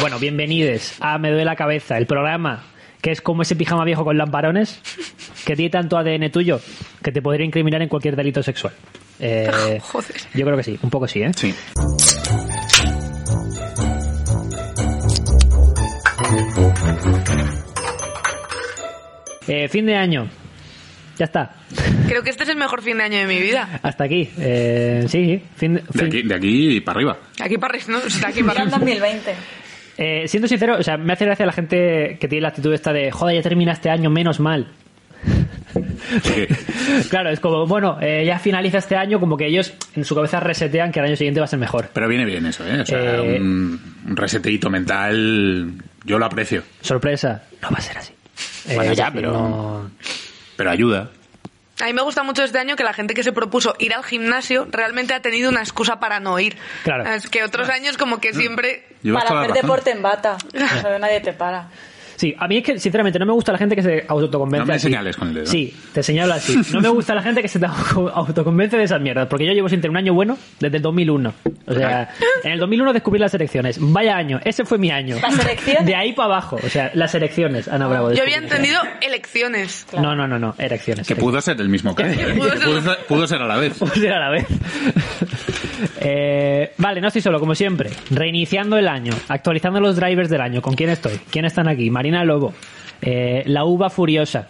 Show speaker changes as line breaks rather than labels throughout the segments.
Bueno, bienvenidos a Me duele la cabeza, el programa que es como ese pijama viejo con lamparones que tiene tanto ADN tuyo que te podría incriminar en cualquier delito sexual. Eh,
Joder.
yo creo que sí, un poco sí, ¿eh?
Sí.
Eh, Fin de año. Ya está.
Creo que este es el mejor fin de año de mi vida.
Hasta aquí. Eh, sí, sí. Fin,
De
fin-
aquí, de aquí para arriba.
Aquí para arriba, ¿no? O sea, aquí para
en
arriba.
2020.
Eh, siendo sincero, o sea, me hace gracia la gente que tiene la actitud esta de, joder, ya termina este año, menos mal.
Sí.
Claro, es como, bueno, eh, ya finaliza este año, como que ellos en su cabeza resetean que el año siguiente va a ser mejor.
Pero viene bien eso, ¿eh? O sea,
Eh.
un, un reseteíto mental, yo lo aprecio.
Sorpresa, no va a ser así.
Bueno, ya,
es decir,
pero-
eh, no-
Pero ayuda.
A mí me gusta mucho este año que la gente que se propuso ir al gimnasio realmente ha tenido una excusa para no ir.
Claro.
Es que otros años como que siempre...
Llevas
para
toda la
hacer
razón.
deporte en bata. O sea, nadie te para.
Sí, a mí es que sinceramente no me gusta la gente que se autoconvence.
No me
así.
señales con el dedo.
Sí, te señalo así. No me gusta la gente que se te autoconvence de esas mierdas, porque yo llevo sin tener un año bueno desde el 2001. O sea, en el 2001 descubrí las elecciones. Vaya año, ese fue mi año.
¿Las elecciones?
De ahí para abajo, o sea, las elecciones, Ana Bravo.
Yo
descubrí.
había entendido elecciones.
No, no, no, no, elecciones.
Que pudo ser el mismo caso. Que
pudo ser-
pudo, ser, pudo ser a la vez.
Puedo ser a la vez. Eh, vale, no estoy solo, como siempre. Reiniciando el año, actualizando los drivers del año. ¿Con quién estoy? ¿Quién están aquí? Marina Lobo. eh, la uva furiosa.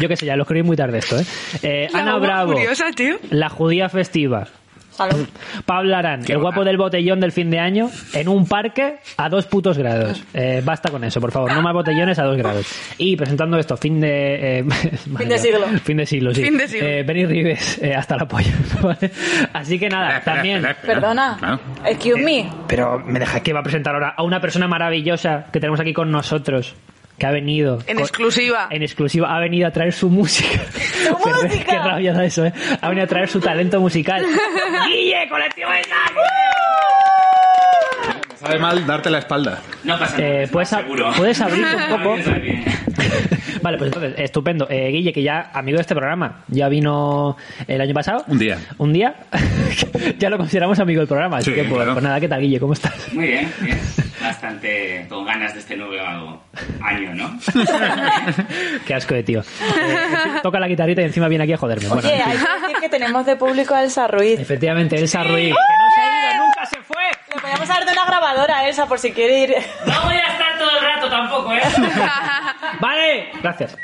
Yo qué sé, ya lo escribí muy tarde esto, ¿eh? Eh,
La
Ana
uva
Bravo.
Curiosa, tío.
La judía festiva.
Mm.
Salud.
Pablo Arán, el guapo del botellón del fin de año, en un parque a dos putos grados. Eh, basta con eso, por favor, no más botellones a dos grados. Y presentando esto, fin de. eh, madre mía.
siglo.
Fin de siglo, sí.
Fin de siglo.
Eh, Benny Rives, eh, hasta la polla. ¿vale? Así que nada,
Espera, espera,
también.
espera, espera.
Perdona.
Ah, Claro.
Excuse me.
Pero me deja que va a presentar ahora a una persona maravillosa que tenemos aquí con nosotros, que ha venido.
En
con-
exclusiva.
en exclusiva ha venido a traer su música.
¡Su
Qué re-
música!
Qué rabia da eso, ¿eh? Ha venido a traer su talento musical. ¡Guille, colectivo de
Sabe mal darte la espalda.
No pasa nada.
Eh,
es
puedes,
más
ab-
seguro.
puedes abrir un poco.
Está bien.
Vale, pues entonces, estupendo. Eh, Guille, que ya amigo de este programa, ya vino el año pasado.
Un día.
Un día. ya lo consideramos amigo del programa. Así
Sí,
que, pues,
claro.
pues nada, ¿qué tal, Guille? ¿Cómo estás?
Muy bien, bien. Bastante con ganas de este nuevo año, ¿no?
Qué asco de tío. Eh, toca la guitarrita y encima viene aquí a joderme. Bueno,
Oye, hay que decir que tenemos de público a Elsa Ruiz.
efectivamente, Elsa Ruiz. ¡Que no se ha ido, nunca se fue!
Le podemos dar de una grabadora a Elsa por si quiere ir.
No voy a estar todo el rato tampoco, ¿eh?
Vale, gracias.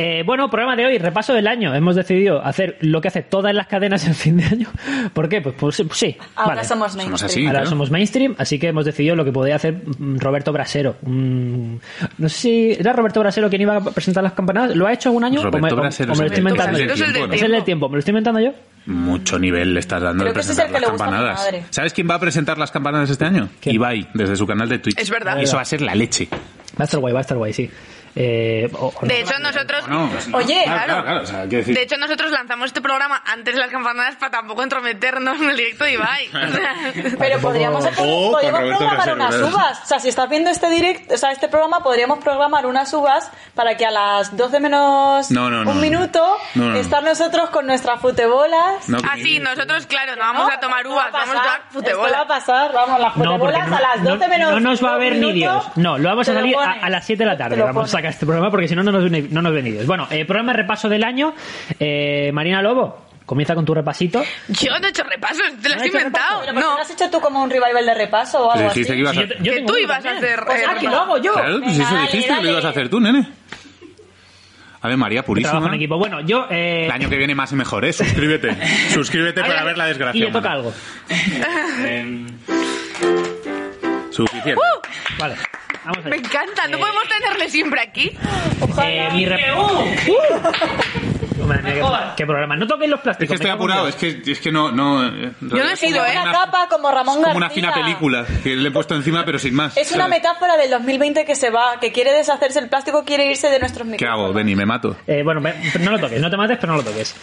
Eh, bueno, programa de hoy, repaso del año. Hemos decidido hacer lo que hace todas las cadenas en fin de año. ¿Por qué? Pues, pues sí, pues sí.
Ahora
vale.
somos
Somos
mainstream.
así.
Ahora
claro.
somos mainstream, así que hemos decidido lo que podía hacer mm, Roberto Brasero. Mm, no sé si era Roberto Brasero quien iba a presentar las campanadas. ¿Lo ha hecho algún año?
Roberto
o me, o-
Brasero
o me lo
es
estoy
el
inventando yo.
Brasero es el del
Es el del tiempo, ¿me lo estoy inventando yo?
Mucho nivel le estás dando
Creo
al
que ese es
presentar
el que
las
le gusta a mi
campanadas.
madre.
¿Sabes quién va a presentar las campanadas este año?
¿Quién?
Ibai, desde su canal de Twitch.
Es verdad.
Y eso va a ser la leche.
Va a estar guay, va a estar guay, sí. Eh, o- o no.
De hecho, nosotros...
No.
Oye,
claro.
claro, claro, claro, o sea, quiero decir-
De hecho, nosotros lanzamos este programa antes de las campanadas para tampoco entrometernos en el directo de Ibai. O sea,
Pero podríamos, hacer-
Oh, con
podríamos
Roberto
programar
Brasero,
unas
claro.
uvas. O sea, si estás viendo este direct, o sea, este programa, podríamos programar unas uvas para que a las 12 menos
No, no, no,
un
no.
minuto
No, no, no.
estar nosotros con nuestras futebolas.
No,
Así,
que-
nosotros, claro, no vamos a tomar
esto
uvas,
va
vamos a
pasar,
tomar
Esto va a
futebola.
pasar, vamos, las
No, porque
futebolas a las 12
no-
menos
no nos va a
un
ver ni
minuto,
Dios. No, lo vamos a
te
salir a,
pones.
a las 7 de la
Te
tarde.
lo
Vamos a
pones.
sacar este programa porque si no, no nos, ven- no nos ven ni Dios. Bueno, eh, programa de repaso del año. Eh, Marina Lobo, comienza con tu repasito.
Yo no he hecho repasos, te
¿No
lo has
has hecho
inventado.
Pero ¿por qué
No,
no has hecho tú como un revival de repaso o
Pues
algo así?
dijiste que ibas a...
te-
que
tengo
tú
uno
ibas a
también.
hacer...
Pues,
eh,
ah, que
repasos.
lo hago yo.
Claro, pues
Venga,
eso
dale,
dijiste que lo
dale.
ibas a hacer tú, nene. A ver, María Purísima.
Trabajo en equipo. Bueno, yo... Eh,
El año que viene más y mejor, ¿eh? Suscríbete. Suscríbete para ver la desgracia.
y le toca
mano.
algo.
Em,
Suficiente.
Uh.
Vale, vamos a
Me
ver.
encanta, no
Eh,
podemos tenerle siempre aquí.
Eh, mi rep- Madre mía, qué- qué programa. No toquéis los
Es
plásticos.
que estoy
me cago en
apurado,
Dios.
es que, es que no, no...
Yo no he sido, ¿eh?
Una capa como Ramón
Es como una
García.
fina película que le he puesto encima, pero sin más.
Es una
¿sabes?
metáfora del 2020 que se va, que quiere deshacerse el plástico, quiere irse de nuestros
¿Qué
micrófonos.
hago, Benny? ¿Me mato?
Eh, bueno, ve- no lo toques, no te mates, pero no lo toques.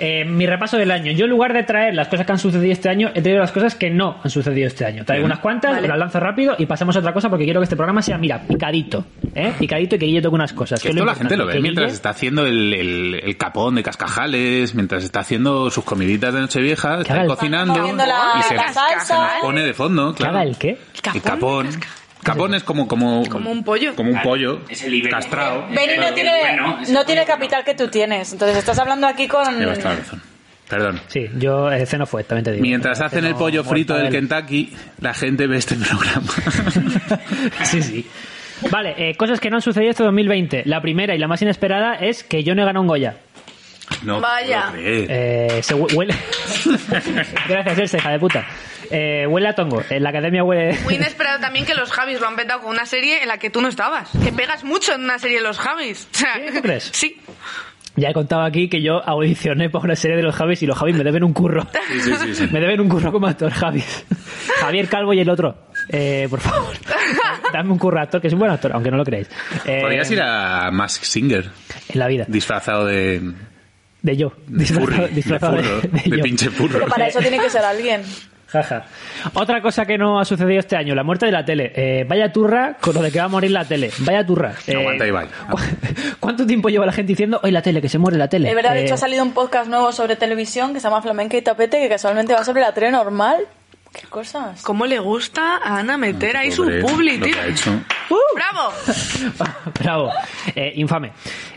Eh, mi repaso del año. Yo en lugar de traer las cosas que han sucedido este año, he traído las cosas que no han sucedido este año. Traigo
Bien.
unas cuantas,
Vale.
las lanzo rápido y pasamos a otra cosa porque quiero que este programa sea, mira, picadito. ¿eh? Picadito y que yo toque unas cosas.
Que
que es
esto la gente lo
importante,
ve
que
mientras
Guille-
está haciendo el, el- el capón de cascajales, mientras está haciendo sus comiditas de Nochevieja,
haga
está
el-
cocinando
Poniendo la,
y se,
la
se nos
salsa.
pone de fondo,
¿Que
claro.
haga el qué?
El capón. Capón es como, como,
Como un pollo.
Como un
Claro,
pollo
es el ibérico.
castrado.
Ve-
Benny no
Pero
tiene,
bueno, es
no
bueno.
tiene capital que tú tienes. Entonces estás hablando aquí con.
Llevas toda la razón. Perdón.
Sí, yo eh, ceno fue, también te digo.
Mientras hacen el
Ceno
pollo frito del
mortadela.
Kentucky, la gente ve este programa.
sí, sí. Vale, eh, cosas que no han sucedido este 2020. La primera y la más inesperada es que yo no he ganado un Goya.
No
Vaya.
puedo creer.
Eh, se hue- huele. Gracias, Elsa, hija de puta. Eh, huele a tongo. En la academia huele.
Muy inesperado también que los Javis lo han petado con una serie en la que tú no estabas. Que pegas mucho en una serie de los Javis. O sea,
¿Sí? ¿Tú crees?
Sí.
Ya he contado aquí que yo audicioné para una serie de los Javis y los Javis me deben un curro.
Sí, sí, sí, sí.
Me deben un curro como actor, Javis. Javier Calvo y el otro. Eh, por favor, dame un curro actor, que es un buen actor, aunque no lo creéis. Eh,
Podrías ir a Mask Singer
En la vida.
disfrazado de,
De yo. Disfrazado,
furry,
disfrazado
de,
de,
furro,
de
de
yo.
pinche furro.
Pero para eso tiene que ser alguien.
Jaja. Otra cosa que no ha sucedido este año, la muerte de la tele. Eh, vaya turra con lo de que va a morir la tele. Vaya turra. Eh,
Aguanta, Ibai.
¿cu- ¿Cuánto tiempo lleva la gente diciendo, hoy la tele, que se muere la tele?
De verdad, de
Eh,
hecho ha salido un podcast nuevo sobre televisión que se llama Flamenca y Tapete, que casualmente va sobre la tele normal. ¿Qué cosas?
¿Cómo le gusta a Ana meter ahí su
Pobre,
publi,
lo que
tío? ¡Uh!
ha hecho.
¡Bravo!
Bravo. Eh, infame.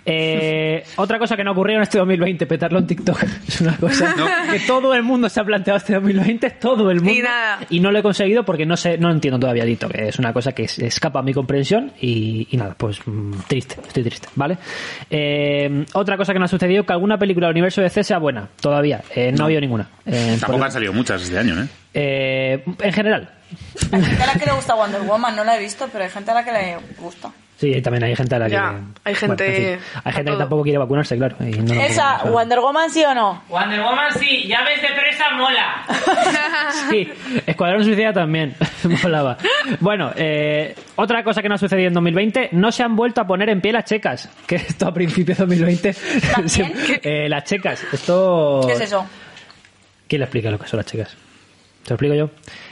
Eh, otra cosa que no ocurrió en este 2020, petarlo en TikTok. Es una cosa
No.
que todo el mundo se ha planteado este 2020, todo el mundo.
Y nada.
Y no lo he conseguido porque no sé, no entiendo todavía TikTok. Es una cosa que es- escapa a mi comprensión y, y nada, pues mm, triste, estoy triste, ¿vale? Eh, otra cosa que no ha sucedido, que alguna película del universo de C sea buena, todavía. Eh, no, ha habido ninguna. Eh,
Tampoco
por-
han salido muchas este año, ¿eh?
eh, en general.
Hay gente a la que le gusta Wonder Woman, no la he visto, pero hay gente a la que le gusta.
Sí, también hay gente a la
Ya,
que...
hay gente-
en fin, hay gente que
todo.
tampoco quiere vacunarse, claro. y no lo
Esa,
recomiendo.
Wonder Woman sí o no?
Wonder Woman sí, llaves de presa mola.
Sí, Escuadrón Suicida también. Molaba. Bueno, eh, otra cosa que no ha sucedido en 2020, no se han vuelto a poner en pie las checas. Que esto a principios de 2020. se- eh, las checas. Esto.
¿Qué es eso?
¿Quién le explica lo que son las checas? Te lo explico yo.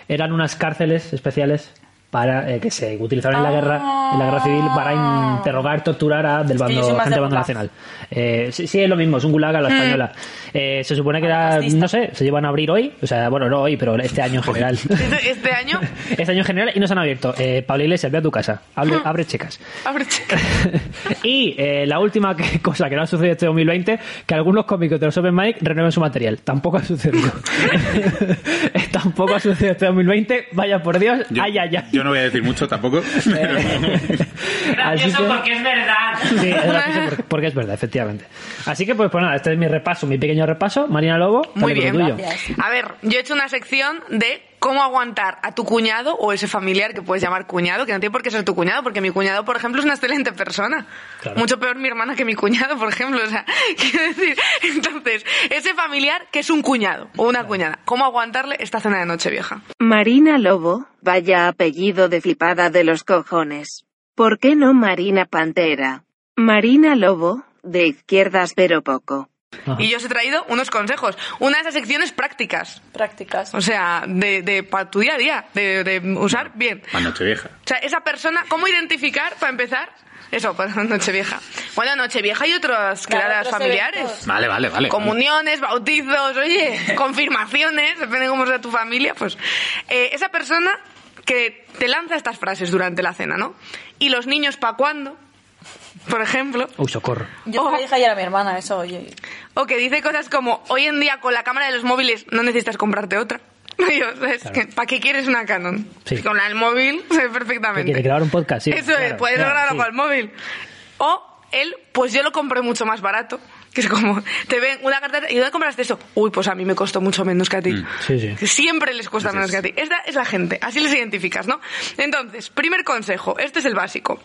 Eran unas cárceles especiales para eh, que se utilizaron en la guerra, en la guerra civil, para interrogar, torturar a del
Ah. que yo
bando,
soy más
gente del
de
bando
gulag.
nacional. Eh, sí, sí, es lo mismo, es un gulag a la española. Eh, se supone que era,
Ah, Fascista.
no sé, se llevan a abrir hoy, o sea, bueno, no hoy, pero este año en general.
Este, este año,
este año en general y no se han abierto. Eh, Pablo Iglesias, ve a tu casa, abre,
Ah.
abre checas.
abre che-
y eh, la última que- cosa que no ha sucedido este 2020, que algunos cómicos de los Open Mic renueven su material. Tampoco ha sucedido. Tampoco ha sucedido este 2020. Vaya por Dios.
Yo,
ay, ay, Eh. ay.
yo no voy a decir mucho tampoco. pero-
Así
Gracioso
que-
porque es verdad.
Sí, es gracioso porque, porque es verdad, efectivamente. Así que, pues, pues nada, este es mi repaso, mi pequeño repaso. Marina Lobo,
Muy
dale con
bien.
el tuyo.
A ver, yo he hecho una sección de cómo aguantar a tu cuñado o ese familiar que puedes llamar cuñado, que no tiene por qué ser tu cuñado, porque mi cuñado, por ejemplo, es una excelente persona.
Claro.
Mucho peor mi hermana que mi cuñado, por ejemplo. O sea, quiero decir, entonces, ese familiar que es un cuñado o una cuñada, ¿cómo aguantarle esta cena de noche vieja?
Marina Lobo, vaya apellido de flipada de los cojones. ¿Por qué no Marina Pantera? Marina Lobo, de izquierdas pero poco.
Ajá.
Y yo os he traído unos consejos, una de esas secciones prácticas,
Prácticas.
o sea, de, de para tu día a día, de, de usar bien.
A Nochevieja.
O sea, esa persona, ¿cómo identificar para empezar? Eso, para Nochevieja. Bueno, Nochevieja hay otras
Claro,
claras
otros
familiares.
eventos.
Vale, vale, vale.
Comuniones, bautizos, oye, confirmaciones, depende de cómo sea tu familia, pues. Eh, esa persona que te lanza estas frases durante la cena, ¿no? ¿Y los niños para cuándo? Por ejemplo.
Uy, socorro.
Yo se
Ojo.
la dije ayer a mi hermana, eso, oye.
O que dice cosas como, hoy en día con la cámara de los móviles no necesitas comprarte otra. Y yo, ¿sabes qué? ¿Para qué quieres una Canon?
Sí.
Con la del móvil, sé perfectamente.
¿De grabar un podcast? Sí,
Eso es,
claro,
puedes
claro,
grabarlo
sí.
con el móvil. O él, pues yo lo compré mucho más barato. Que es como, te ven una cartera y ¿dónde compraste eso? Uy, pues a mí me costó mucho menos que a ti.
Mm. Sí, sí.
Que Siempre les cuesta menos que a ti. Esta es la gente, así les identificas, ¿no? Entonces, primer consejo, este es el básico.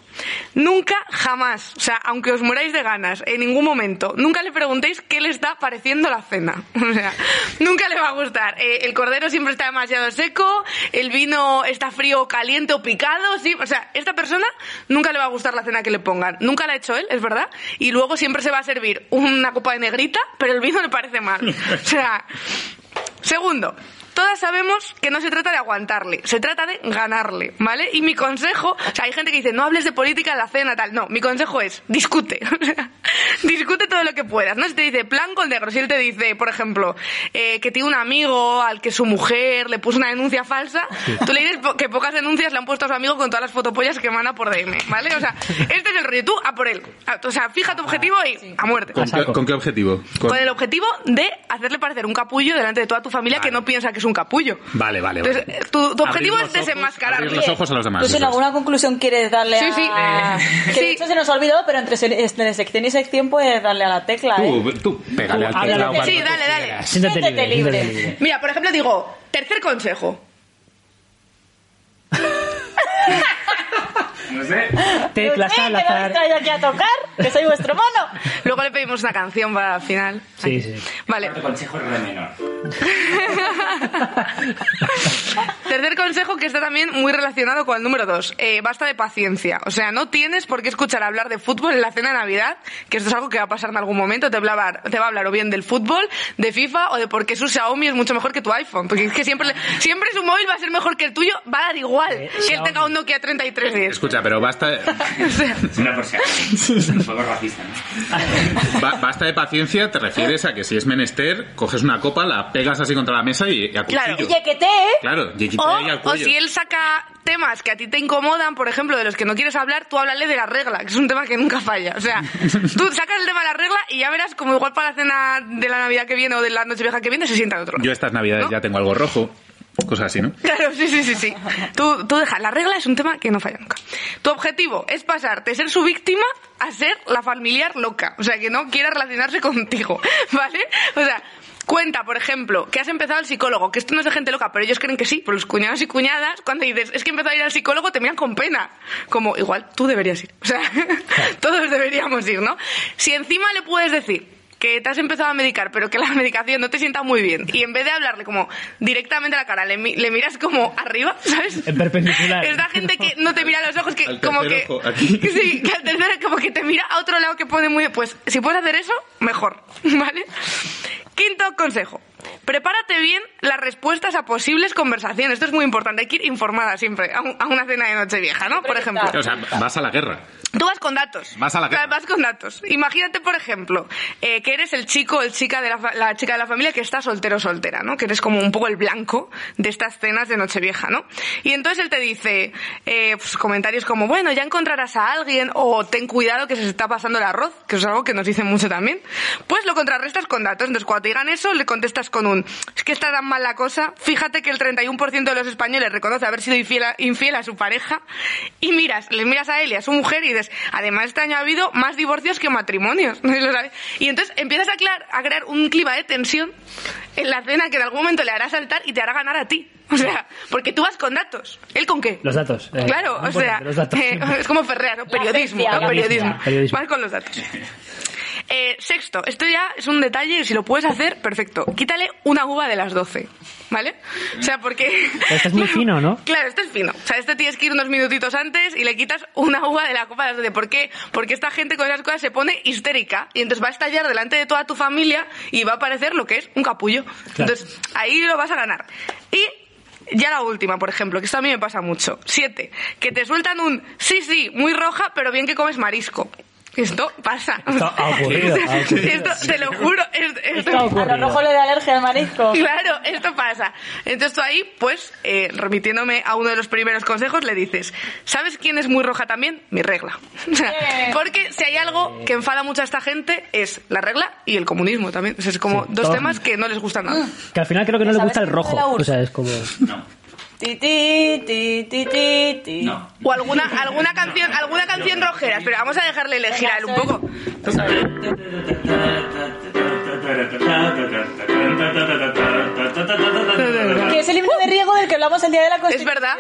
Nunca, jamás, o sea, aunque os muráis de ganas, en ningún momento, nunca le preguntéis qué le está pareciendo la cena. O sea, nunca le va a gustar. Eh, el cordero siempre está demasiado seco, el vino está frío, caliente o picado, sí. O sea, esta persona nunca le va a gustar la cena que le pongan. Nunca la ha hecho él, es verdad. Y luego siempre se va a servir una copa de negrita, pero el vino le parece mal. O sea, Segundo, todas sabemos que no se trata de aguantarle, se trata de ganarle, ¿vale? Y mi consejo, o sea, hay gente que dice, no hables de política en la cena, tal. No, mi consejo es, discute. discute todo lo que puedas, ¿no? Si te dice blanco o negro, si él te dice, por ejemplo, eh, que tiene un amigo al que su mujer le puso una denuncia falsa, tú le dices po- que pocas denuncias le han puesto a su amigo con todas las fotopollas que manda por DM, ¿vale? O sea, este es el rollo, tú a por él. A- O sea, fija tu objetivo y a muerte.
¿Con, qué,
saco.
con qué objetivo? Con-
Con el objetivo de hacerle parecer un capullo delante de toda tu familia que no piensa que es un capullo.
Vale, vale, vale.
Entonces, eh, tu, tu
Abrir
objetivo
los
es
ojos, abrir
desenmascararle.
los ojos a los demás.
¿Tú sin
eso es.
Pues alguna conclusión quieres darle
Sí, sí.
a...
Eh.
Que de
Sí.
hecho se nos ha olvidado, pero entre, se- entre sección y sección puedes darle a la tecla, ¿eh?
Tú, tú, pégale
Tú,
al
háblale.
teclado.
Sí,
cuando tú
dale, dale.
quieras.
Siéntate
Siéntete
libre.
libre.
siéntate libre.
Mira, por ejemplo, digo, tercer consejo.
No sé.
Tecla,
Pues, eh, que no
Salazar.
me traigo aquí a tocar, que soy vuestro mono.
Luego le pedimos una canción para el final.
Sí, sí.
Vale.
Cuarto consejo es re menor.
Tercer consejo que está también muy relacionado con el número dos. Eh, basta de paciencia. O sea, no tienes por qué escuchar hablar de fútbol en la cena de Navidad, que esto es algo que va a pasar en algún momento. Te va a hablar, te va a hablar o bien del fútbol, de FIFA o de por qué su Xiaomi es mucho mejor que tu iPhone. Porque es que siempre, le- siempre su móvil va a ser mejor que el tuyo, va a dar igual
Eh,
que él
Xiaomi.
tenga un Nokia 3310.
Escucha, pero basta,
O sea,
Solo por si acaso. Un poco racista, ¿no?
ba- basta de paciencia, te refieres a que si es menester, coges una copa, la pegas así contra la mesa y, y a
Claro.
cuchillo.
Yequete, ¿eh?
Claro, y
O,
quítale ahí al
o
cuello.
si él saca temas que a ti te incomodan, por ejemplo, de los que no quieres hablar, tú háblale de la regla, que es un tema que nunca falla. O sea, tú sacas el tema de la regla y ya verás como igual para la cena de la Navidad que viene o de la Nochevieja que viene se sienta el otro.
Yo estas navidades
¿No?
ya tengo algo rojo, cosas así, ¿no?
Claro, sí, sí, sí, sí. Tú, tú deja, la regla es un tema que no falla nunca. Tu objetivo es pasar de ser su víctima a ser la familiar loca, o sea, que no quiera relacionarse contigo, ¿vale? O sea, cuenta, por ejemplo, que has empezado el psicólogo, que esto no es de gente loca, pero ellos creen que sí, por los cuñados y cuñadas, cuando dices, es que he empezado a ir al psicólogo, te miran con pena. Como, igual, tú deberías ir. O sea, todos deberíamos ir, ¿no? Si encima le puedes decir, que te has empezado a medicar, pero que la medicación no te sienta muy bien, y en vez de hablarle como directamente a la cara, le, mi- le miras como arriba, ¿sabes?
En perpendicular.
Es la gente que no te mira a los ojos, que
Al
como
tercer
que...
ojo, aquí.
que Sí, que al tercer como que te mira a otro lado que pone muy... Pues si puedes hacer eso, mejor, ¿vale? Quinto consejo. Prepárate bien las respuestas a posibles conversaciones. Esto es muy importante. Hay que ir informada siempre a, un- a una cena de noche vieja, ¿no? Por ejemplo.
O sea, vas a la guerra.
Tú vas con datos.
Vas a la
O sea,
guerra.
vas con datos. Imagínate, por ejemplo, eh, que eres el chico o el chica de la, fa- la chica de la familia que está soltero o soltera, ¿no? Que eres como un poco el blanco de estas cenas de Nochevieja, ¿no? Y entonces él te dice eh, pues, comentarios como, bueno, ya encontrarás a alguien o ten cuidado que se está pasando el arroz, que es algo que nos dicen mucho también. Pues lo contrarrestas con datos. Entonces cuando te digan eso, le contestas con un, es que está tan mal la cosa, fíjate que el 31% de los españoles reconoce haber sido infiel a, infiel a su pareja y miras, le miras a él y a su mujer y dices, además este año ha habido más divorcios que matrimonios. ¿no? Y lo sabes. Y entonces empiezas a, crear- a crear un clima de tensión en la cena que en algún momento le hará saltar y te hará ganar a ti. O sea, porque tú vas con datos. ¿Él con qué?
Los datos. eh,
Claro,
muy
o sea,
importante, Los datos.
eh, es como Ferreras, ¿no? periodismo,
agencia,
¿no?
la
periodismo.
agencia. Periodismo.
Vas con los datos. Eh, sexto, esto ya es un detalle, si lo puedes hacer, perfecto. Quítale una uva de las 12, ¿vale? O sea, porque...
este es muy fino, ¿no?
Claro, este es fino. O sea, este tienes que ir unos minutitos antes y le quitas una uva de la copa de las 12. ¿Por qué? Porque esta gente con esas cosas se pone histérica y entonces va a estallar delante de toda tu familia y va a parecer lo que es un capullo.
Claro.
Entonces, ahí lo vas a ganar. Y ya la última, por ejemplo, que esto a mí me pasa mucho. Siete, que te sueltan un sí, sí, muy roja, pero bien que comes marisco. Esto pasa.
Esto ha ocurrido, ha ocurrido.
Esto, te lo juro, es- esto,
Esto ha
A
ocurrido.
lo rojo le da alergia al marisco.
Claro, esto pasa. Entonces tú ahí, pues, eh, remitiéndome a uno de los primeros consejos, le dices, ¿sabes quién es muy roja también? Mi regla. O sea,
Bien.
Porque si hay algo que enfada mucho a esta gente es la regla y el comunismo también. O sea, es como
Sí,
dos
todo.
temas que no les gustan nada.
Que al final creo que no le
¿Sabes
gusta el
quién es
rojo.
la
O
URSS?
sea, es como.
No,
Ti, ti, ti, ti, ti, ti.
no.
O alguna, alguna canción, alguna canción rojera. Pero vamos a dejarle elegir a él un poco.
Eso es. Que es el himno de riego del que hablamos el día de la
Es
Constitución.
verdad.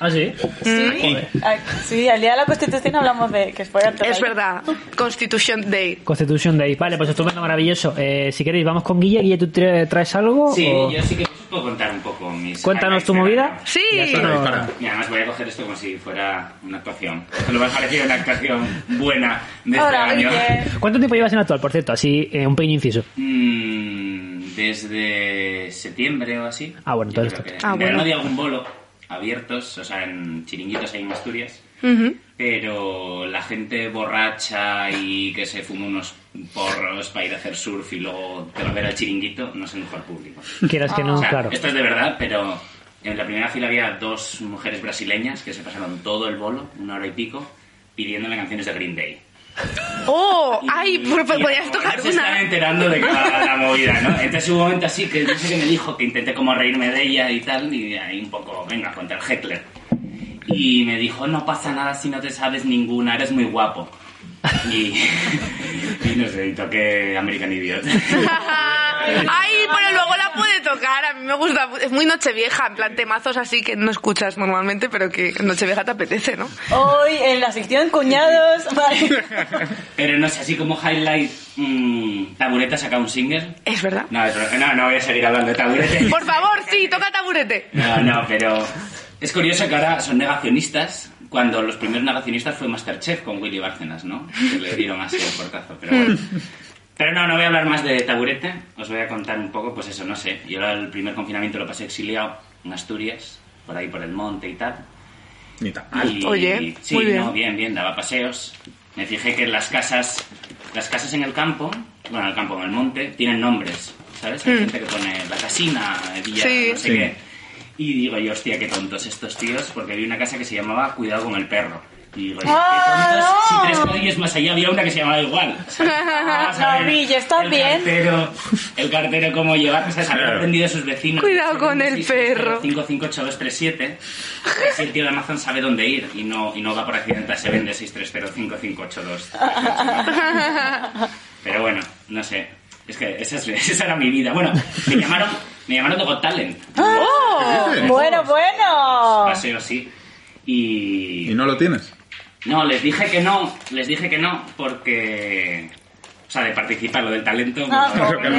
Ah, sí.
Sí, Ah, sí, al día de la Constitución hablamos de que fue antes.
Es verdad. Constitution Day.
Constitution Day. Vale, pues estupendo, maravilloso. Eh, si queréis, vamos con Guille. Guille, ¿tú tra- traes algo?
Sí,
o-
yo sí que os puedo contar un poco mis...
Cuéntanos tu movida.
Sí.
Ya está, no-
Dispara.
Y además voy a coger esto como si fuera una actuación. Lo más parecido a una actuación buena de este
Ahora,
año.
oye.
¿Cuánto tiempo llevas en actual, por cierto? Así, eh, un pequeño inciso.
Mm, desde septiembre o así.
Ah, bueno,
Yo
entonces
creo
Ah,
en verano
bueno.
había algún bolo abiertos, o sea, en chiringuitos ahí en Asturias.
Ujú.
Pero la gente borracha y que se fuma unos porros para ir a hacer surf y luego te va a ver al chiringuito, no es el mejor público.
Quieras que no,
O sea,
claro.
Ah. Esto es de verdad, pero en la primera fila había dos mujeres brasileñas que se pasaron todo el bolo, una hora y pico, pidiéndome canciones de Green Day.
¡Oh! ¡Ay!
Y-
Pues
y
podías
ahora
tocar
Se están
una.
enterando de que va la movida, ¿no? Entonces hubo un momento así que no sé qué me dijo, que intenté como reírme de ella y tal, y ahí un poco, venga, contra el heckler. Y me dijo, no pasa nada si no te sabes ninguna, eres muy guapo. Y, y no sé, y toqué American Idiot.
¡Ay! Pero luego la puede tocar. A mí me gusta. Es muy Nochevieja. En plan, temazos así que no escuchas normalmente, pero que en Nochevieja te apetece, ¿no?
Hoy en la sección cuñados. Vale.
Pero no sé, así como highlight, mm, Taburete ha sacado un single.
Es verdad.
No, es verdad, no, no voy a seguir hablando de Taburete.
Por favor, sí, toca taburete.
No, no, pero es curioso que ahora son negacionistas cuando los primeros negacionistas fue Masterchef con Willy Bárcenas, ¿no? Que le dieron así el portazo, pero bueno. Pero no, no voy a hablar más de taburete, os voy a contar un poco, pues eso, no sé. Yo ahora el primer confinamiento lo pasé exiliado en Asturias, por ahí por el monte y tal.
Ni tan mal.
Y-
Oye,
sí,
muy bien.
no, bien, bien, daba paseos. Me fijé que las casas, las casas en el campo, bueno, en el campo, en el monte, tienen nombres, ¿sabes? Hay gente que pone la casina, villa,
Sí.
no sé
Sí.
qué. Y digo yo, hostia, qué tontos estos tíos, porque había una casa que se llamaba Cuidado con el perro. Y digo, yo, qué tontos,
Ah, no.
si tres calles más allá había una que se llamaba igual. Vamos a
No,
ver,
Villa, está
el
bien.
Cartero, el cartero, cómo llevar, ¿sabes? Había
Claro.
aprendido a sus vecinos.
Cuidado con el perro.
558237. Si el tío de Amazon sabe dónde ir y no, y no va por accidente, se vende 6305582. Pero bueno, no sé. Es que esa, es- esa era mi vida. Bueno, me llamaron, me llamaron de Got Talent.
¡Oh! Bueno, bueno.
Paseo así. Y.
Y no lo tienes.
No, les dije que no, les dije que no, porque. O sea, de participar, lo del talento.
Ah,
pues,
hombre.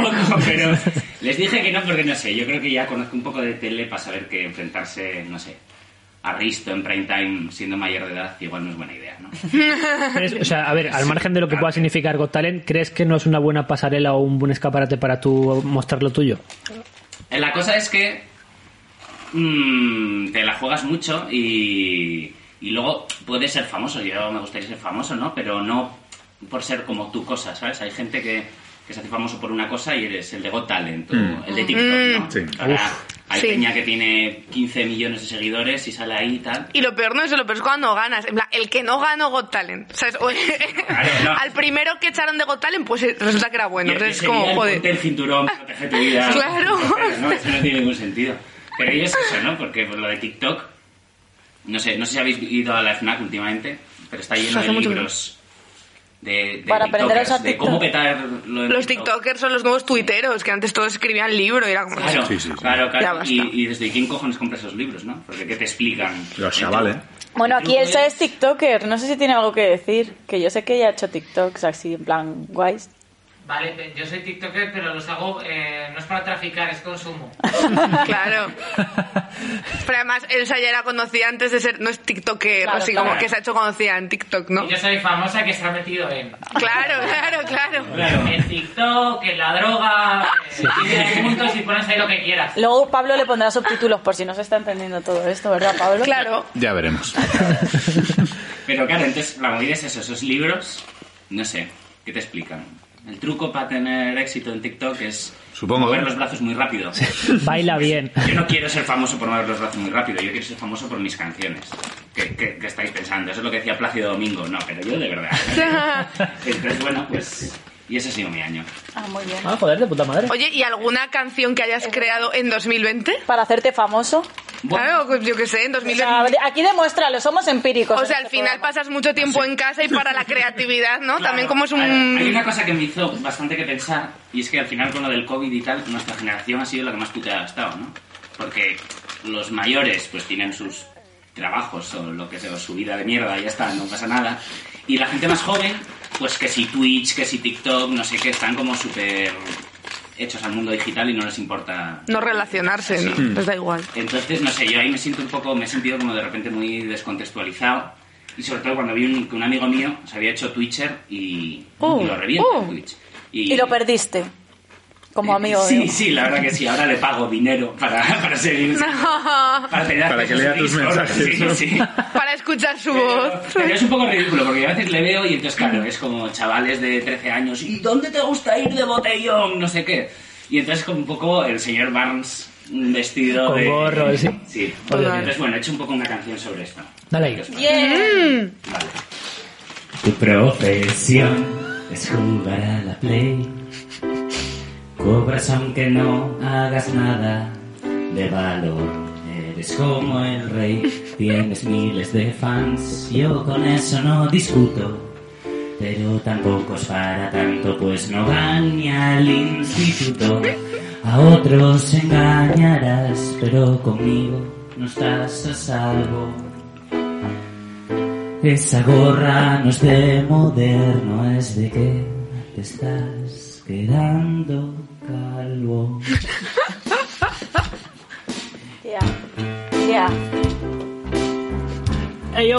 no, tampoco, pero les dije que no porque no sé, yo creo que ya conozco un poco de tele para saber que enfrentarse, no sé, a Risto en prime time siendo mayor de edad igual no es buena idea, ¿no?
¿Crees- o sea, a ver, al margen de lo que pueda significar Got Talent, ¿crees que no es una buena pasarela o un buen escaparate para tú mostrar lo tuyo?
Eh, La cosa es que mm, te la juegas mucho y, y luego puedes ser famoso. Yo me gustaría ser famoso, ¿no? Pero no por ser como tu cosa, ¿sabes? Hay gente que, que se hace famoso por una cosa y eres el de Got Talent o el de TikTok, ¿no?
Sí.
Ahora hay
Sí.
peña que tiene 15 millones de seguidores y sale ahí y tal.
Y lo peor no es eso, lo peor es cuando ganas. En plan, el que no ganó Got Talent. ¿sabes? O-
no.
Al primero que echaron de Got Talent, pues eh, resulta que era bueno.
Y es
Entonces
que
es
sería
como,
el
joder.
ponte el cinturón, protege tu vida.
Claro.
Pero no, eso no tiene ningún sentido. Pero ellos eso, ¿no? Porque por lo de TikTok, no sé, no sé si habéis ido a la FNAC últimamente, pero está lleno
Hace
de
mucho
libros de, de
Para aprender a
tiktokers,
usar
de
TikTok.
cómo petar lo de
Los
TikTok.
TikTokers son los nuevos tuiteros, que antes todos escribían libro y era como...
Claro,
Sí, sí, sí.
claro,
Ya
claro.
basta.
Y, y desde quién cojones compra esos libros, ¿no? Porque ¿qué te explican?
Los chavales.
Bueno, aquí
el
Elsa es TikToker. No sé si tiene algo que decir. Que yo sé que ella ha hecho TikToks así, en plan, guays.
Vale, yo soy TikToker, pero los hago, eh, no es para traficar, es consumo.
Claro. Pero además, Elsa ya era conocida antes de ser... No es TikToker,
Claro,
así
claro.
como que se ha hecho conocida en TikTok, ¿no?
Y yo soy famosa que se ha metido en,
Claro, claro, claro.
en TikTok, en la droga, eh, tienes puntos y pones ahí lo que quieras.
Luego Pablo le pondrá subtítulos por si no se está entendiendo todo esto, ¿verdad, Pablo?
Claro.
Ya veremos.
Pero claro, entonces la movida es eso, esos libros, no sé, ¿qué te explican? El truco para tener éxito en TikTok es
Supongo.
mover los brazos muy rápido.
Baila bien.
Yo no quiero ser famoso por mover los brazos muy rápido, yo quiero ser famoso por mis canciones. ¿Qué, qué- qué estáis pensando? Eso es lo que decía Plácido Domingo. No, pero yo de verdad. ¿eh? Entonces, bueno, pues... Y ese ha sido mi año.
Ah, muy bien.
Ah, joder, de puta madre.
Oye, ¿y alguna canción que hayas creado en 2020?
Para hacerte famoso.
Bueno,
Claro, pues yo qué sé, en
O sea,
2020.
aquí demuéstralo, somos empíricos.
O
en
sea, al
este
final
programa.
pasas mucho tiempo en casa y para la creatividad, ¿no?
claro,
También como es
hay- Hay
un...
una cosa que me hizo bastante que pensar, y es que al final con lo del COVID y tal, nuestra generación ha sido la que más puteada ha estado, ¿no? Porque los mayores pues tienen sus trabajos o lo que sea, o su vida de mierda, ya está, no pasa nada. Y la gente más joven, pues que si Twitch, que si TikTok, no sé qué, están como súper hechos al mundo digital y no les importa...
No relacionarse,
Sí.
¿no? Les da igual.
Entonces, no sé, yo ahí me siento un poco, me he sentido como de repente muy descontextualizado. Y sobre todo cuando vi un- que un amigo mío se había hecho Twitcher y,
Oh,
y lo revienta en
oh.
Twitch.
Uh,
eh,
Y lo perdiste. Como amigo.
Sí,
digo.
sí, la verdad que sí. Ahora le pago dinero para, para seguir. Para, tener
Para que
acceso a
lea
su
tus
Discord,
mensajes, ¿no?
Sí, sí.
Para escuchar su
Pero,
voz.
pero es un poco ridículo porque a veces le veo y entonces, claro, es como chavales de 13 años. ¿Y dónde te gusta ir de botellón? No sé qué. Y entonces, como un poco el señor Barnes mm, vestido
Con
de.
gorro, sí.
Sí.
Oye,
Entonces, bueno, he hecho un poco una canción sobre esto.
Dale ahí.
Que os parece.
Bien.
Vale. Tu profesión es jugar a la play. Cobras aunque no hagas nada de valor. Eres como el rey. Tienes miles de fans. Yo con eso no discuto. Pero tampoco es para tanto, pues no van ni al instituto. A otros engañarás, pero conmigo no estás a salvo. Esa gorra no es de moderno, es de que te estás quedando calvo.
Ya. Ya.
Hey, yo.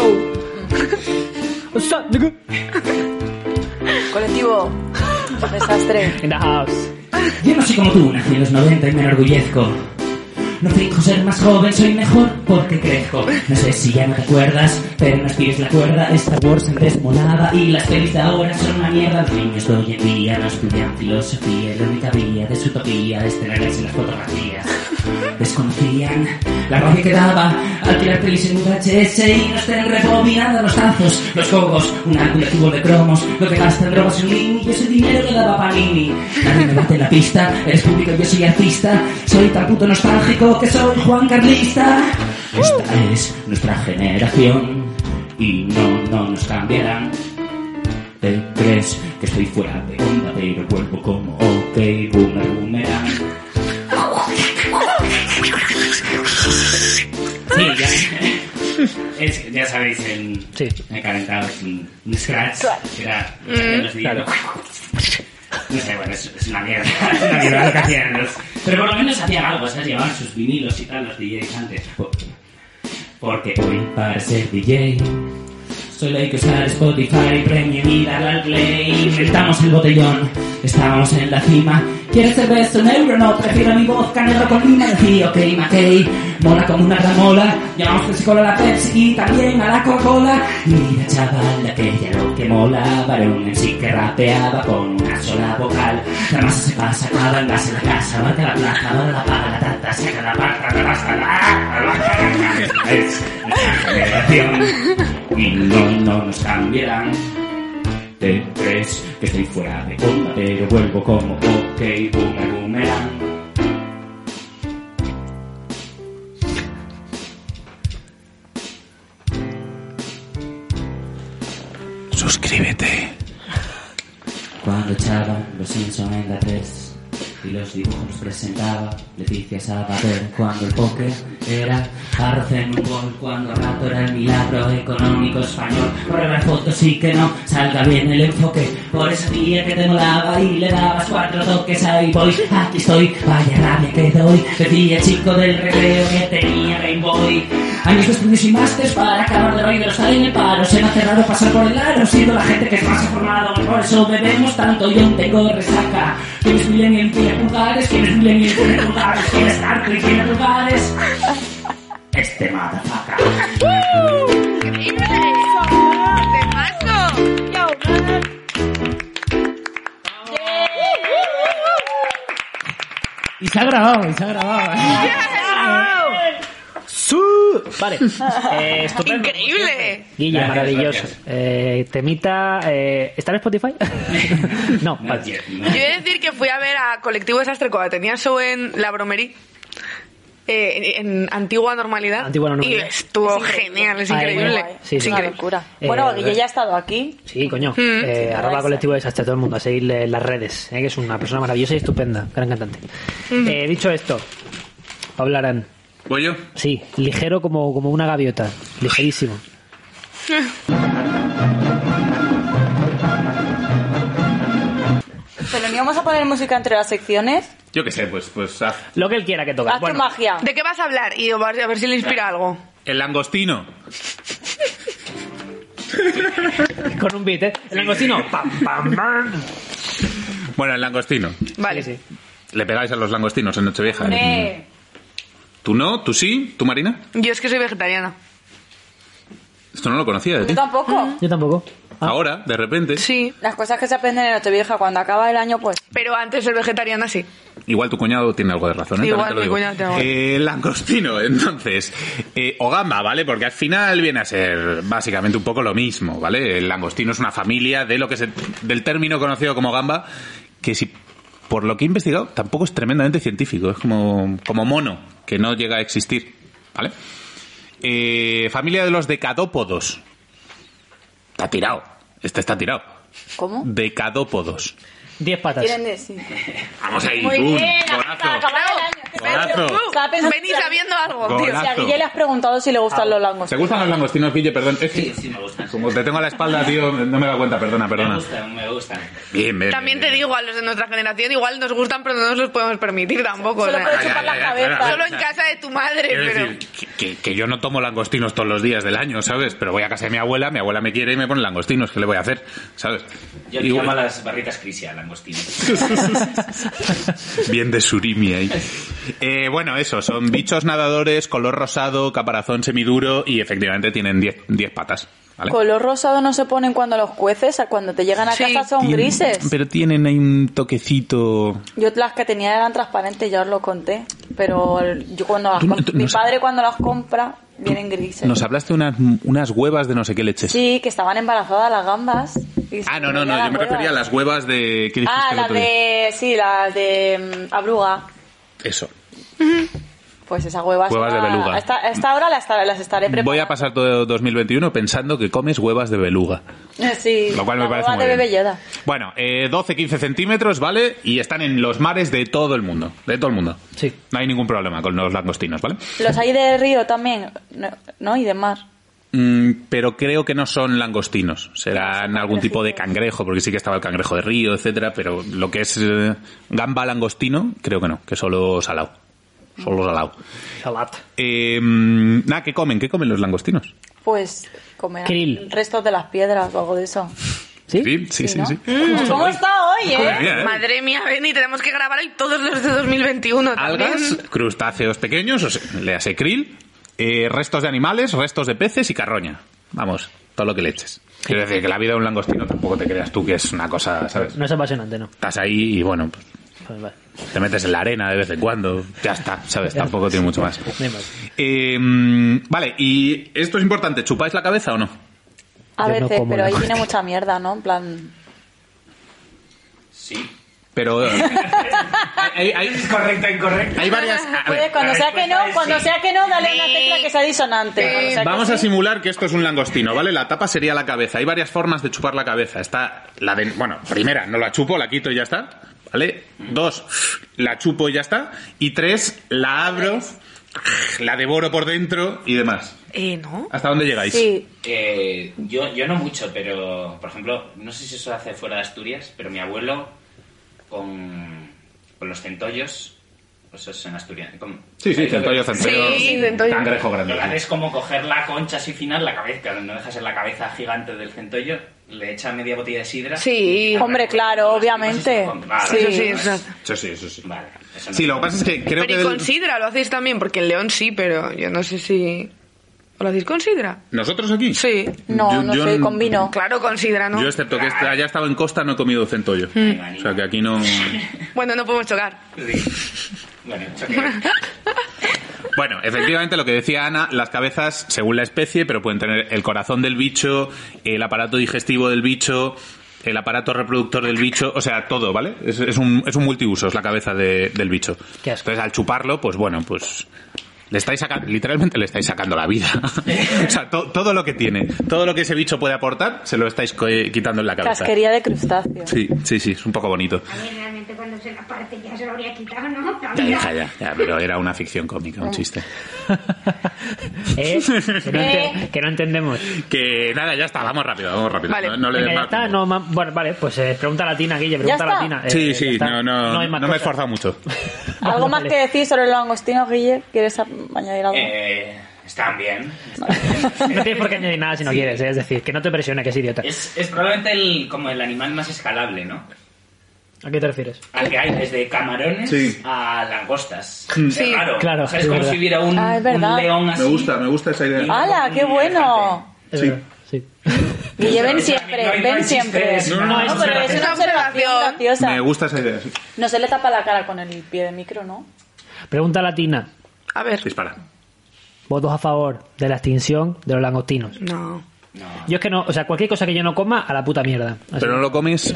What's up, nigga?
Colectivo. Desastre.
In the house.
Yo no soy como tú, nací en los 90 y me enorgullezco. No finjo ser más joven, soy mejor porque crezco. No sé si ya no te acuerdas, pero no pies la cuerda. Star Wars antes molaba y las pelis de ahora son una mierda. Los niños de hoy en día no estudian filosofía. y La única vía de su utopía es tenerlas en las fotografías. Desconocían la rabia que daba al tirar pelis en VHS y no estén rebobinadas los tazos, los cogos, un álbum de fútbol de cromos, lo que gastan drogas en línea y ese dinero que daba Panini. Nadie me bate en la pista, eres público, yo soy artista, soy tan puto nostálgico que soy Juan Carlista. Esta es nuestra generación y no, no nos cambiarán. ¿Te crees que estoy fuera de onda, pero vuelvo como OK Boomer Boomerang? Sí, ya. Es, ya sabéis, el,
Sí.
me he calentado es un, un scratch. que Era, los
Claro.
No sé, bueno, es, es una mierda. Es una mierda lo que hacían los- Pero por lo menos hacían algo, ¿sabes? Llevaban sus vinilos y tal, los DJs antes. Por- Porque hoy, para ser DJ, Solo hay que usar Spotify, Premium y darle al play. Inventamos el botellón, estábamos en la cima. ¿Quieres cerveza? Un euro, no, prefiero mi vodka, negro con lima. Decí, ok, McKay, mola como una ramola. Llamamos que se cola la Pepsi y también a la Coca-Cola. Mira, chaval, aquella lo que mola. Varón en sí que rapeaba con una sola vocal. La masa se pasa, cada enlace en la casa. Bate la plaza, va la paga, la tata, saca la pata, la basta, la... la- la- la- Es nuestra generación y no, no nos cambiarán. Te crees que estoy fuera de onda, pero vuelvo como ok, boomer, boomerang.
Suscríbete.
Cuando echaban los Simpson en la 3 y los dibujos los presentaba Leticia Sabater. Cuando el póker era arce en un gol, cuando el rato era el milagro económico español. Corre las fotos y que no salga bien el enfoque. Por esa tía que te molaba y le dabas cuatro toques a Boy. Aquí estoy, vaya rabia que doy. Decía el chico del recreo que tenía Game Boy. Años de estudios y másters para acabar de oír los en el paro. Se me hace raro pasar por el aro, siendo la gente que es más informada. Por eso bebemos tanto, yo aún tengo resaca. Quienes millennial tiene lugares, quienes millennial tiene lugares, quienes narco y tiene lugares. Este madafaca.
¡Te paso!
Y se ha grabado, y se ha grabado. ¡Su! Vale. Eh, estupendo.
¡Increíble!
Guille,
Gracias,
maravilloso.
gracias.
Eh, temita. Eh, ¿Está en Spotify? no, vale.
Yo voy a decir que fui a ver a Colectivo Desastre cuando tenía show en La Bromerí. eh, en, en antigua normalidad.
Antigua normalidad.
Y estuvo
Es increíble.
genial, es
Ah,
increíble.
guay.
Sí,
Es
sí.
Una
increíble.
locura.
Eh,
bueno,
¿verdad?
Guille ya ha estado aquí.
Sí, coño.
Sí,
Eh, arroba
exacto.
colectivo desastre a todo el mundo, a seguirle en las redes, eh, que es una persona maravillosa y estupenda, gran cantante. Eh, dicho esto, hablarán.
Voy yo.
Sí, ligero como, como una gaviota, ligerísimo.
Pero no íbamos a poner música entre las secciones.
Yo qué sé, pues, pues haz-
Lo que él quiera que toque.
Haz tu
Pues Bueno,
magia.
¿De qué vas a hablar? Y a ver a ver si le inspira algo.
el langostino.
con un beat, ¿eh? El langostino. Pam, pam, pam.
Bueno, el langostino.
Vale.
Sí, sí.
Le pegáis a los langostinos en Nochevieja. ¿eh?
Hombre.
¿Tú no? ¿Tú sí? ¿Tú, Marina?
Yo es que soy vegetariana.
Esto no lo conocía de ti.
Yo tampoco.
Yo tampoco. Ah,
Ahora, de repente.
Sí.
Las cosas que se aprenden en Nochevieja cuando acaba el año, pues.
Pero antes de ser vegetariana, sí.
Igual tu cuñado tiene algo de razón. ¿eh?
Igual
También te lo
mi
digo.
cuñado tiene algo.
Eh, langostino, entonces. Eh, o gamba, ¿vale? Porque al final viene a ser básicamente un poco lo mismo, ¿vale? El langostino es una familia de lo que se, del término conocido como gamba, que si por lo que he investigado tampoco es tremendamente científico. Es como, como mono, que no llega a existir, ¿vale? Eh, familia de los decadópodos. Está tirado. Este está tirado.
¿Cómo?
Decadópodos.
Diez patas.
Tienen de sí.
Vamos ahí,
Muy
boom,
bien,
golazo.
hasta acabar el año.
Golazo.
Tú,
Estaba pensando-
Venís sabiendo algo, tío.
Si a Guille le has preguntado si le gustan los langos.
¿Te gustan los langostinos, Guille? Perdón. Es que
Sí, sí, me gustan.
como te tengo a la espalda, tío, no me da cuenta. Perdona,
Me
perdona.
gustan, me gustan.
Bien, bien,
También te
bien, bien.
digo, a los de nuestra generación igual nos gustan, pero no nos los podemos permitir tampoco.
Solo
o sea.
puedes
ya,
chupar
ya,
las
ya, ya,
cabezas.
ya,
Solo en casa de tu madre,
Quiero
pero...
decir, que, que yo no tomo langostinos todos los días del año, ¿sabes? Pero voy a casa de mi abuela, mi abuela me quiere y me pone langostinos, ¿qué le voy a hacer? ¿Sabes?
Yo
Igual-
llamo a las barritas crisia, langostinos.
Bien de surimi ahí. Eh, bueno, eso, son bichos nadadores, color rosado, caparazón semiduro y efectivamente tienen 10 10 patas. ¿vale?
Color rosado no se ponen cuando los cueces, a cuando te llegan a
Sí.
casa son
Tienen-
grises.
Pero tienen ahí un toquecito
Yo las que tenía eran transparentes, ya os lo conté. Pero el- yo cuando las
Tú no-
comp-
tú no
mi
sabes.
padre cuando las compra vienen grises.
Nos hablaste unas, unas huevas de no sé qué leches.
Sí, que estaban embarazadas las gambas. y se
Ah, no, no,
ponían
no, yo me
huevas.
refería a las huevas de... ¿Qué dijiste
Ah,
el
las
otro día?
de. Sí, las de. mm, Abruga.
Eso.
Pues esas huevas.
Huevas de
ahora-
beluga.
A esta, a esta hora las, esta- las estaré preparando.
Voy a pasar todo 2021 pensando que comes huevas de beluga.
Sí,
Lo cual me
las
parece
huevas
muy
de
bien.
Bebe Yoda.
Bueno, 12-15 centímetros, ¿vale? Y están en los mares de todo el mundo. De todo el mundo.
Sí.
No hay ningún problema con los langostinos, ¿vale?
Los hay de río también, no- ¿no? Y de mar.
Mm, pero creo que no son langostinos. Serán algún tipo de cangrejo, porque sí que estaba el cangrejo de río, etcétera, pero lo que es eh, gamba langostino, creo que no, que solo salado. Solo salado.
Salat.
Eh, nada, ¿qué comen? ¿Qué comen los langostinos?
Pues comerán
Krill.
restos de las piedras o algo de eso.
¿Sí?
sí, sí.
¿no?
sí.
Mm. ¿Cómo está hoy,
Madre
eh?
mía, ¿eh?
Madre mía, Benny, tenemos que grabar hoy todos los de 2021 también.
Algas, crustáceos pequeños, o sea, le hace krill, eh, restos de animales, restos de peces y carroña. Vamos, todo lo que le eches. Quiero decir que la vida de un langostino tampoco te creas tú que es una cosa, ¿sabes?
No es apasionante, no.
Estás ahí y bueno, pues,
Pues vale.
te metes en la arena de vez en cuando, ya está, ¿sabes? Tampoco tiene mucho más.
Pues No hay más.
Eh, vale, y esto es importante, ¿chupáis la cabeza o no?
A
Yo no
veces,
como
pero ahí
langostinos.
tiene mucha mierda, ¿no? En plan.
Sí.
Pero... eh, hay, hay-
Es correcto, incorrecto.
hay varias... a ver,
Puedes, cuando sea que no,
respuesta es
cuando
sí.
sea que no, dale una tecla que sea disonante. Cuando sea que
Vamos
sí.
a simular que esto es un langostino, ¿vale? La tapa sería la cabeza. Hay varias formas de chupar la cabeza. Está la de... Bueno, primera, no la chupo, la quito y ya está. ¿Vale? Dos, la chupo y ya está. Y tres, la abro, la devoro por dentro y demás.
Eh, ¿no?
¿Hasta dónde llegáis?
Sí,
Eh, yo, yo no mucho, pero por ejemplo, no sé si eso hace fuera de Asturias, pero mi abuelo con, con los centollos, pues eso es en Asturias. con-
Sí, sí,
¿sabéis lo que-
centollo, centollo.
Sí, centollo.
Cangrejo
Lo que hace
grande.
es como coger la concha así final, la cabeza, no dejas en la cabeza gigante del centollo, le echa media botella de sidra.
Sí.
y-
Hombre, claro, obviamente.
Vale,
Sí.
Eso sí,
vale.
exacto.
Eso sí, eso sí.
Vale, eso no.
Sí, lo que pasa es que creo
Pero
que...
y
del-
con sidra lo hacéis también, porque en León sí, pero yo no sé si... ¿O lo hacéis con sidra?
¿Nosotros aquí?
Sí.
no,
Yo-
no
yo-
sé, con vino.
Claro, con sidra, ¿no?
Yo, excepto que haya estado en costa, no he comido centollo.
Mm.
O sea, que aquí no...
Bueno, no podemos chocar.
Sí. Bueno, choque.
Bueno, efectivamente, lo que decía Ana, las cabezas, según la especie, pero pueden tener el corazón del bicho, el aparato digestivo del bicho, el aparato reproductor del bicho, o sea, todo, ¿vale? Es, es un, es un multiuso, es la cabeza de- del bicho.
Qué asco.
Entonces, al chuparlo, pues bueno, pues le estáis saca- literalmente le estáis sacando la vida. o sea, to- todo lo que tiene, todo lo que ese bicho puede aportar, se lo estáis co- eh, quitando en la cabeza.
Casquería de crustáceo.
Sí, sí, sí, es un poco bonito.
A mí realmente cuando se la parte ya se lo habría quitado, ¿no?
Ya, hija, ya, ya, pero era una ficción cómica, un chiste.
¿Eh? Que, no ente- que no entendemos.
Que nada, ya está, vamos rápido, vamos rápido.
Vale.
No, no le
Venga,
des
ya
más
está,
tiempo.
no, ma- bueno, vale, pues eh, pregunta latina, Guille, pregunta
está?
latina. Eh,
Sí,
ya
sí,
está.
no, no,
hay más
no me he
cosas.
esforzado mucho.
¿Algo más
Vale.
que decir sobre los angostinos, Guille? ¿Quieres a- añadir algo?
Eh, están bien.
No tienes por qué añadir nada si no quieres, eh, es decir, que no te presione, que es idiota.
Es, es probablemente el, como el animal más escalable, ¿no?
¿A qué te refieres?
Al que hay desde camarones
Sí.
a langostas.
Sí,
claro.
claro,
O sea, es,
es
como
verdad.
si hubiera un,
Ah, es
un
verdad.
león así.
me gusta esa idea.
¡Hala, qué bueno!
Es
Sí.
verdad, sí.
Guille, ven
No, no
siempre,
hay- no
ven
hay
siempre.
chistes,
No, no,
No,
es
pero es una
una
observación
observación.
graciosa.
Me gusta esa idea. sí.
No se le tapa la cara con el pie de micro, ¿no?
Pregunta latina.
A ver.
Dispara.
Votos a favor de la extinción de los langostinos.
No.
Yo es que no, o sea, cualquier cosa que yo no coma, a la puta mierda. Así,
Pero no lo comes.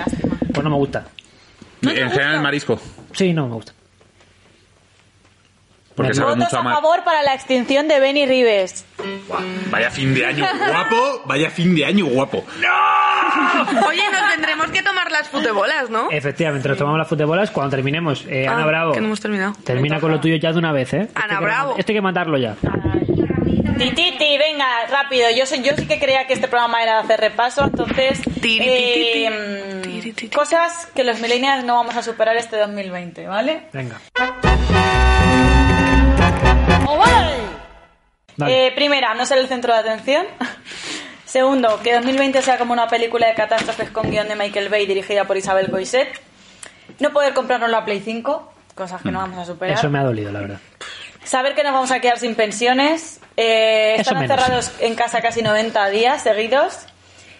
Pues no me gusta.
en general, el marisco.
Sí, no me gusta.
Porque
Me
sabe
Votos
mucho
a
a mar.
favor para la extinción de Benny Rives.
Buah, Vaya fin de año guapo. Vaya fin de año guapo.
Oye, nos tendremos que tomar las futebolas, ¿no?
Efectivamente, nos tomamos las futebolas cuando terminemos. Eh, Ana
Ah,
Eh, Bravo,
Que no hemos terminado.
termina con lo tuyo ya de una vez, ¿eh?
Ana
hay que
Bravo.
matar- Este hay que matarlo ya.
Tititi, venga, rápido. Yo, soy, yo sí que creía que este programa era de hacer repaso, entonces...
Tiri,
eh,
tiri, tiri.
mm,
Tiri, tiri.
cosas que los millennials no vamos a superar este 2020, ¿vale?
Venga.
¡Ole!
Dale.
Eh, primera, no ser el centro de atención. Segundo, que 2020 sea como una película de catástrofes con guión de Michael Bay dirigida por Isabel Coiset. No poder comprarnos la Play 5, cosas que no vamos a superar.
Mm. Eso me ha dolido, la verdad.
Saber que nos vamos a quedar sin pensiones. Eh,
Eso
estar
menos.
encerrados en casa casi 90 días seguidos.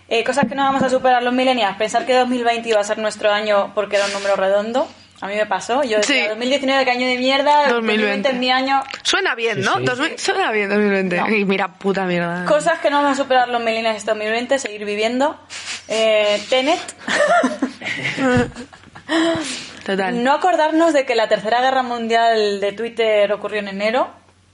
Eh, cosas que no vamos a superar los millennials. Pensar que 2020 iba a ser nuestro año porque era un número redondo. A mí me pasó. Yo decía,
Sí.
2019, qué año de mierda.
2020.
2020 es mi año.
Suena bien,
Sí,
¿no?
sí.
2000 Suena bien 2020.
No.
Y mira, puta mierda.
Cosas que no vamos a superar los millennials este 2020, seguir viviendo. Eh, Tenet.
Total.
no acordarnos de que la tercera guerra mundial de Twitter ocurrió en enero,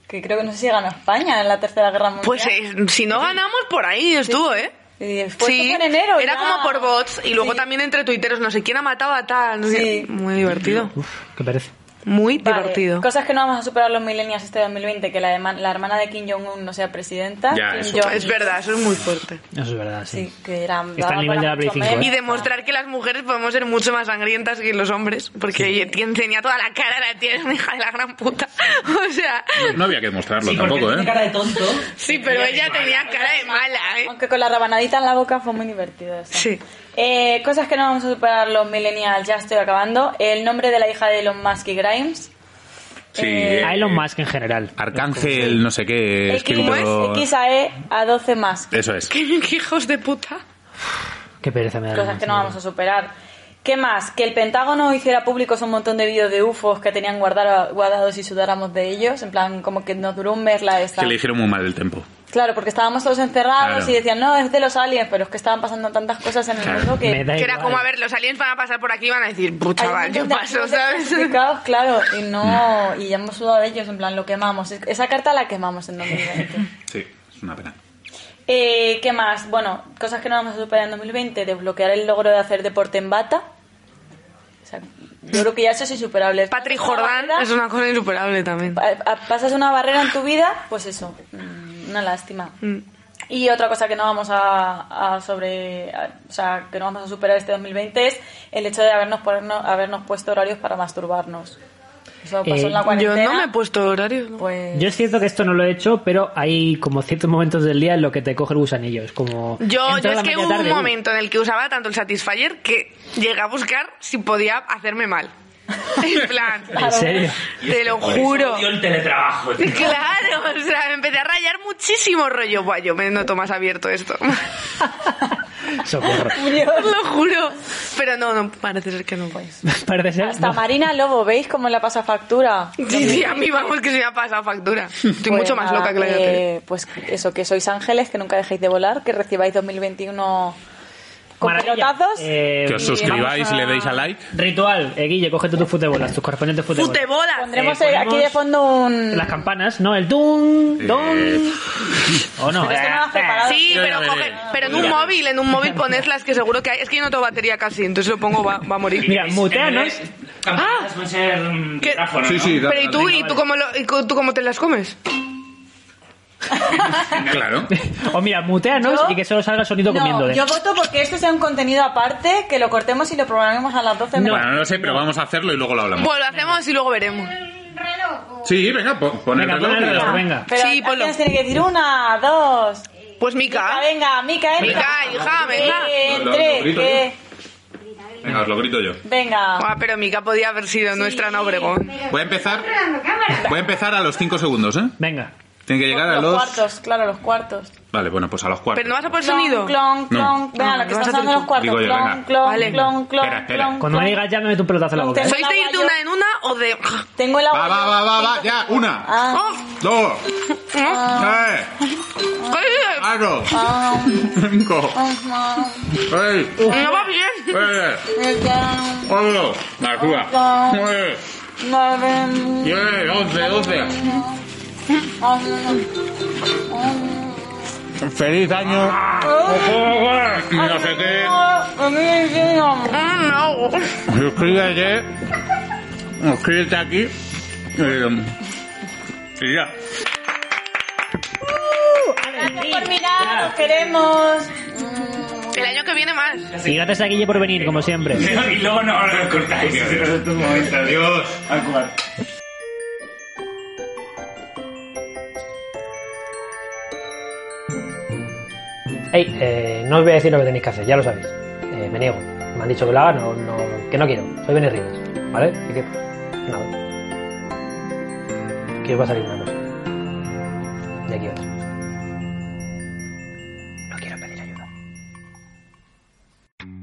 que creo que no sé si ganó España en la tercera guerra mundial.
Pues eh, si no ganamos, por ahí estuvo, ¿eh?
Y después Pues fue en enero.
era
ya.
como por bots y luego
Sí.
también entre tuiteros, no sé quién ha matado a tal. no sé
Sí.
qué. Muy divertido.
Uf, qué pereza.
Muy
Vale,
divertido.
Cosas que no vamos a superar los millennials este 2020, que la, de- la hermana de Kim Jong-un no sea presidenta.
Ya,
Kim
eso.
Jong-il.
Es verdad, eso es muy fuerte.
Eso es verdad, sí.
Sí, que era...
Está al nivel de la Play 5, ¿eh?
Y demostrar que las mujeres podemos ser mucho más sangrientas que los hombres, porque oye, tien- tenía toda la cara, la tienes, hija de la gran puta. O sea,
No había que demostrarlo
Sí, porque
tampoco,
tiene
¿eh?
cara de tonto.
sí, pero ella tenía cara de mala, ¿eh?
Aunque con la rabanadita en la boca fue muy divertido eso.
Sí.
Eh, cosas que no vamos a superar los millennials, ya estoy acabando. El nombre de la hija de Elon Musk y Grimes.
Sí.
Eh,
A Elon Musk en general.
Arcángel, no sé qué, escrito.
X a E a 12 Musk.
Eso es.
¿Qué, qué hijos de puta.
Qué pereza me da.
Cosas que no vamos a superar. ¿Qué más? Que el Pentágono hiciera públicos un montón de vídeos de UFOs que tenían guardar- guardados y sudáramos de ellos. En plan, como que nos duró un mes la esta.
Que le dijeron muy mal el tiempo.
Claro, porque estábamos todos encerrados
Claro.
y decían, no, es de los aliens, pero es que estaban pasando tantas cosas en el
Claro.
mundo que...
Me da
Que era
igual.
como, a ver, los aliens van a pasar por aquí y van a decir,
Hay
puta,
un
chaval, ¿qué
montón de
pasó,
archivos
sabes?
desclasificados, Claro, y no, y ya hemos sudado de ellos, en plan, lo quemamos. Es- Esa carta la quemamos en 2020.
Sí, es una pena.
Eh, ¿Qué más? Bueno, cosas que no vamos a superar en 2020, desbloquear el logro de hacer deporte en bata. O sea, yo creo que ya eso es insuperable.
Patrick
Pasas una
Jordan
barrera-
es una cosa insuperable también.
pa- pa- Pasas una barrera en tu vida, pues eso, mm, una lástima. Y otra cosa que no vamos a, a sobre, a- o sea, que no vamos a superar este 2020 es el hecho de habernos, ponernos- habernos puesto horarios para masturbarnos. Eso pasó
Eh,
en la
Yo
cuarentena.
no me he puesto horarios. ¿no?
pues,
Yo es cierto que esto no lo he hecho, pero hay como ciertos momentos del día en los que te coge el gusanillo. Es como.
Yo,
entra
yo
a
es
la
que
media
hubo un
tarde, uh,
momento en el que usaba tanto el Satisfyer que llegué a buscar si podía hacerme mal. En plan,
¿En serio?
te lo
Por eso
juro.
odio el teletrabajo. tío.
Claro, o sea, me empecé a rayar muchísimo rollo. Buah, yo me noto más abierto esto.
Socorro.
Os lo juro. Pero no, no, parece ser que no.
Parece ser.
Hasta
no.
Marina Lobo, ¿veis cómo la pasa factura?
Sí, sí, a mí vamos que se me ha pasado factura. Estoy
Pues
mucho más
nada,
loca que la de
eh, Pues eso, que sois ángeles, que nunca dejéis de volar, que recibáis 2021 con
Maravilla.
pelotazos.
Eh,
Que os
vamos
suscribáis y
a-
le deis a like.
Ritual, eh, Guille, cógete tus futebolas, tus correspondientes futebolas.
¡Futebola!
Pondremos
eh,
el-
ponemos
aquí de fondo un.
Las campanas, ¿no? El dun, dun.
Eh,
O no.
Pero esto no lo has
eh,
preparado.
Sí,
Yo
pero,
la veré.
coge- pero en un
Yo la veré.
móvil, en un móvil poned las que seguro que hay. Es que yo no tengo batería casi, entonces lo pongo, va, va a morir.
Mira, Ah. muteanos.
Es- Campanadas pueden ser mm,
¿Qué?
micrófono,
Sí,
¿no?
sí, da-
Pero ¿y tú,
venga,
y tú,
vale.
cómo lo- y cu- tú cómo te las comes?
Claro.
O mira, muteanos
Yo-
y que solo salga el sonido
No,
comiendo. ¿eh? de-
yo voto porque esto sea un contenido aparte, que lo cortemos y lo programemos a las 12
Bueno, no lo sé, pero vamos a hacerlo y luego lo hablamos.
Bueno, Pues lo hacemos y luego veremos.
Un reloj. o-
Sí, venga, po- pon el
Venga, pon el
reloj.
reloj,
y-
venga.
Pero
Sí, ponlo.
alguien tiene que decir una, dos.
Pues
Ah,
Mica,
venga, Mica, entra.
Mica, hija, venga.
Que
Lo- lo- lo
entre,
grito
que-
Venga, os lo grito yo.
Venga.
Ah, pero Mica podía haber sido nuestra no Obregón.
Pero
Voy a empezar.
controlando cámara.
Voy a empezar a los 5 segundos, ¿eh?
Venga.
Tiene que llegar a
Los,
los.
cuartos, claro, los cuartos.
Vale, bueno, pues a los cuartos.
Pero no vas a poner sonido.
Clon, clon, clon.
No.
Venga,
No,
lo
lo vas
que estás
a hacer
dando en los
tú.
cuartos.
Digo yo,
clon,
venga.
clon,
Vale.
clon, clon,
Espera, espera.
clon,
Cuando me
clon.
digas ya me meto un pelotazo en la boca. ¿eh?
¿Sois de ir de una en una o de.?
Tengo el agua.
Va, va, va, va, va, ya. Una,
Ah,
¡Oh!
dos, tres,
¡Ay!
cuatro, cinco,
ah,
seis,
¡No va bien!
siete,
ah,
ocho, más una, nueve,
nueve,
diez, once, doce.
ah,
Feliz año. eh. Y No sé qué.
ah,
Mm, no.
Suscríbete. Suscríbete aquí. Eh, y ya.
Gracias por mirar, os queremos.
El año que viene más.
Y gracias a Guille por venir, como siempre.
Y luego no lo cortáis. en estos momentos.
Adiós.
Al cuarto.
Ey, eh, no os voy a decir lo que tenéis que hacer, ya lo sabéis. Eh, me niego. Me han dicho que lo haga, no, no, que no quiero. Soy Benny Rivers, ¿vale? Así que, nada. Aquí os va a salir una cosa. De aquí os. No quiero pedir ayuda.